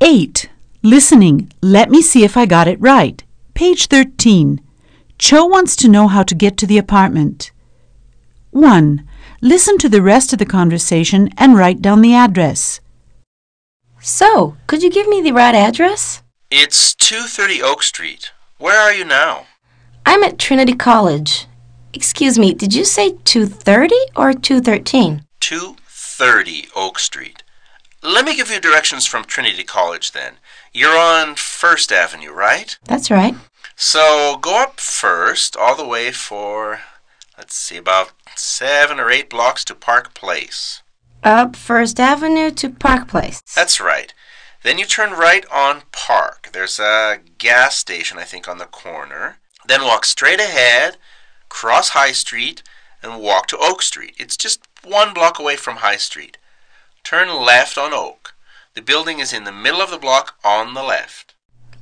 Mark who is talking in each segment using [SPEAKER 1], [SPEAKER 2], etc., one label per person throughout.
[SPEAKER 1] 8. Listening. Let me see if I got it right. Page 13. Cho wants to know how to get to the apartment. 1. Listen to the rest of the conversation and write down the address.
[SPEAKER 2] So, could you give me the right address?
[SPEAKER 3] It's 230 Oak Street. Where are you now?
[SPEAKER 2] I'm at Trinity College. Excuse me, did you say 230 or 213?
[SPEAKER 3] 230 Oak Street. Let me give you directions from Trinity College then. You're on First Avenue, right?
[SPEAKER 2] That's right.
[SPEAKER 3] So go up first, all the way for, let's see, about seven or eight blocks to Park Place.
[SPEAKER 2] Up First Avenue to Park Place.
[SPEAKER 3] That's right. Then you turn right on Park. There's a gas station, I think, on the corner. Then walk straight ahead, cross High Street, and walk to Oak Street. It's just one block away from High Street. Turn left on Oak. The building is in the middle of the block on the left.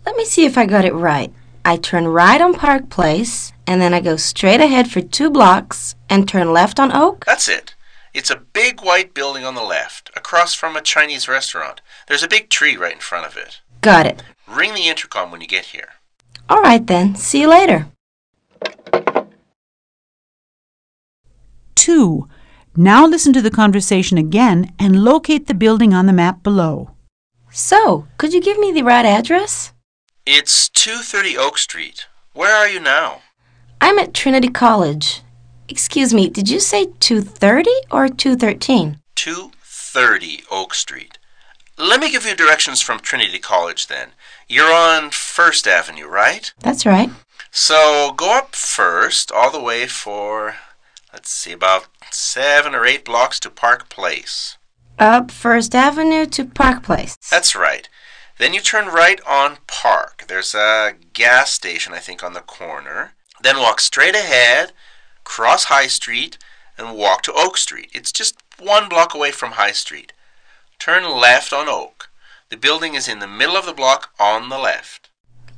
[SPEAKER 2] Let me see if I got it right. I turn right on Park Place, and then I go straight ahead for two blocks and turn left on Oak.
[SPEAKER 3] That's it. It's a big white building on the left, across from a Chinese restaurant. There's a big tree right in front of it.
[SPEAKER 2] Got it.
[SPEAKER 3] Ring the intercom when you get here.
[SPEAKER 2] All right then. See you later.
[SPEAKER 1] 2. Now listen to the conversation again and locate the building on the map below.
[SPEAKER 2] So, could you give me the right address?
[SPEAKER 3] It's 230 Oak Street. Where are you now?
[SPEAKER 2] I'm at Trinity College. Excuse me, did you say 230 or 213?
[SPEAKER 3] 230 Oak Street. Let me give you directions from Trinity College then. You're on First Avenue, right?
[SPEAKER 2] That's right.
[SPEAKER 3] So go up first, all the way for, let's see, about seven or eight blocks to Park Place.
[SPEAKER 2] Up First Avenue to Park Place.
[SPEAKER 3] That's right. Then you turn right on Park. There's a gas station, I think, on the corner. Then walk straight ahead, cross High Street, and walk to Oak Street. It's just one block away from High Street. Turn left on Oak. The building is in the middle of the block on the left.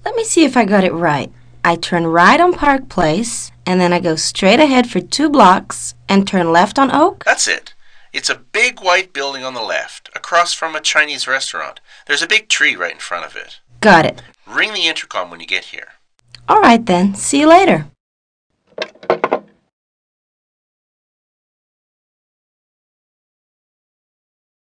[SPEAKER 2] Let me see if I got it right. I turn right on Park Place, and then I go straight ahead for two blocks and turn left on Oak.
[SPEAKER 3] That's it. It's a big white building on the left, across from a Chinese restaurant. There's a big tree right in front of it.
[SPEAKER 2] Got it.
[SPEAKER 3] Ring the intercom when you get here.
[SPEAKER 2] All right then. See you later.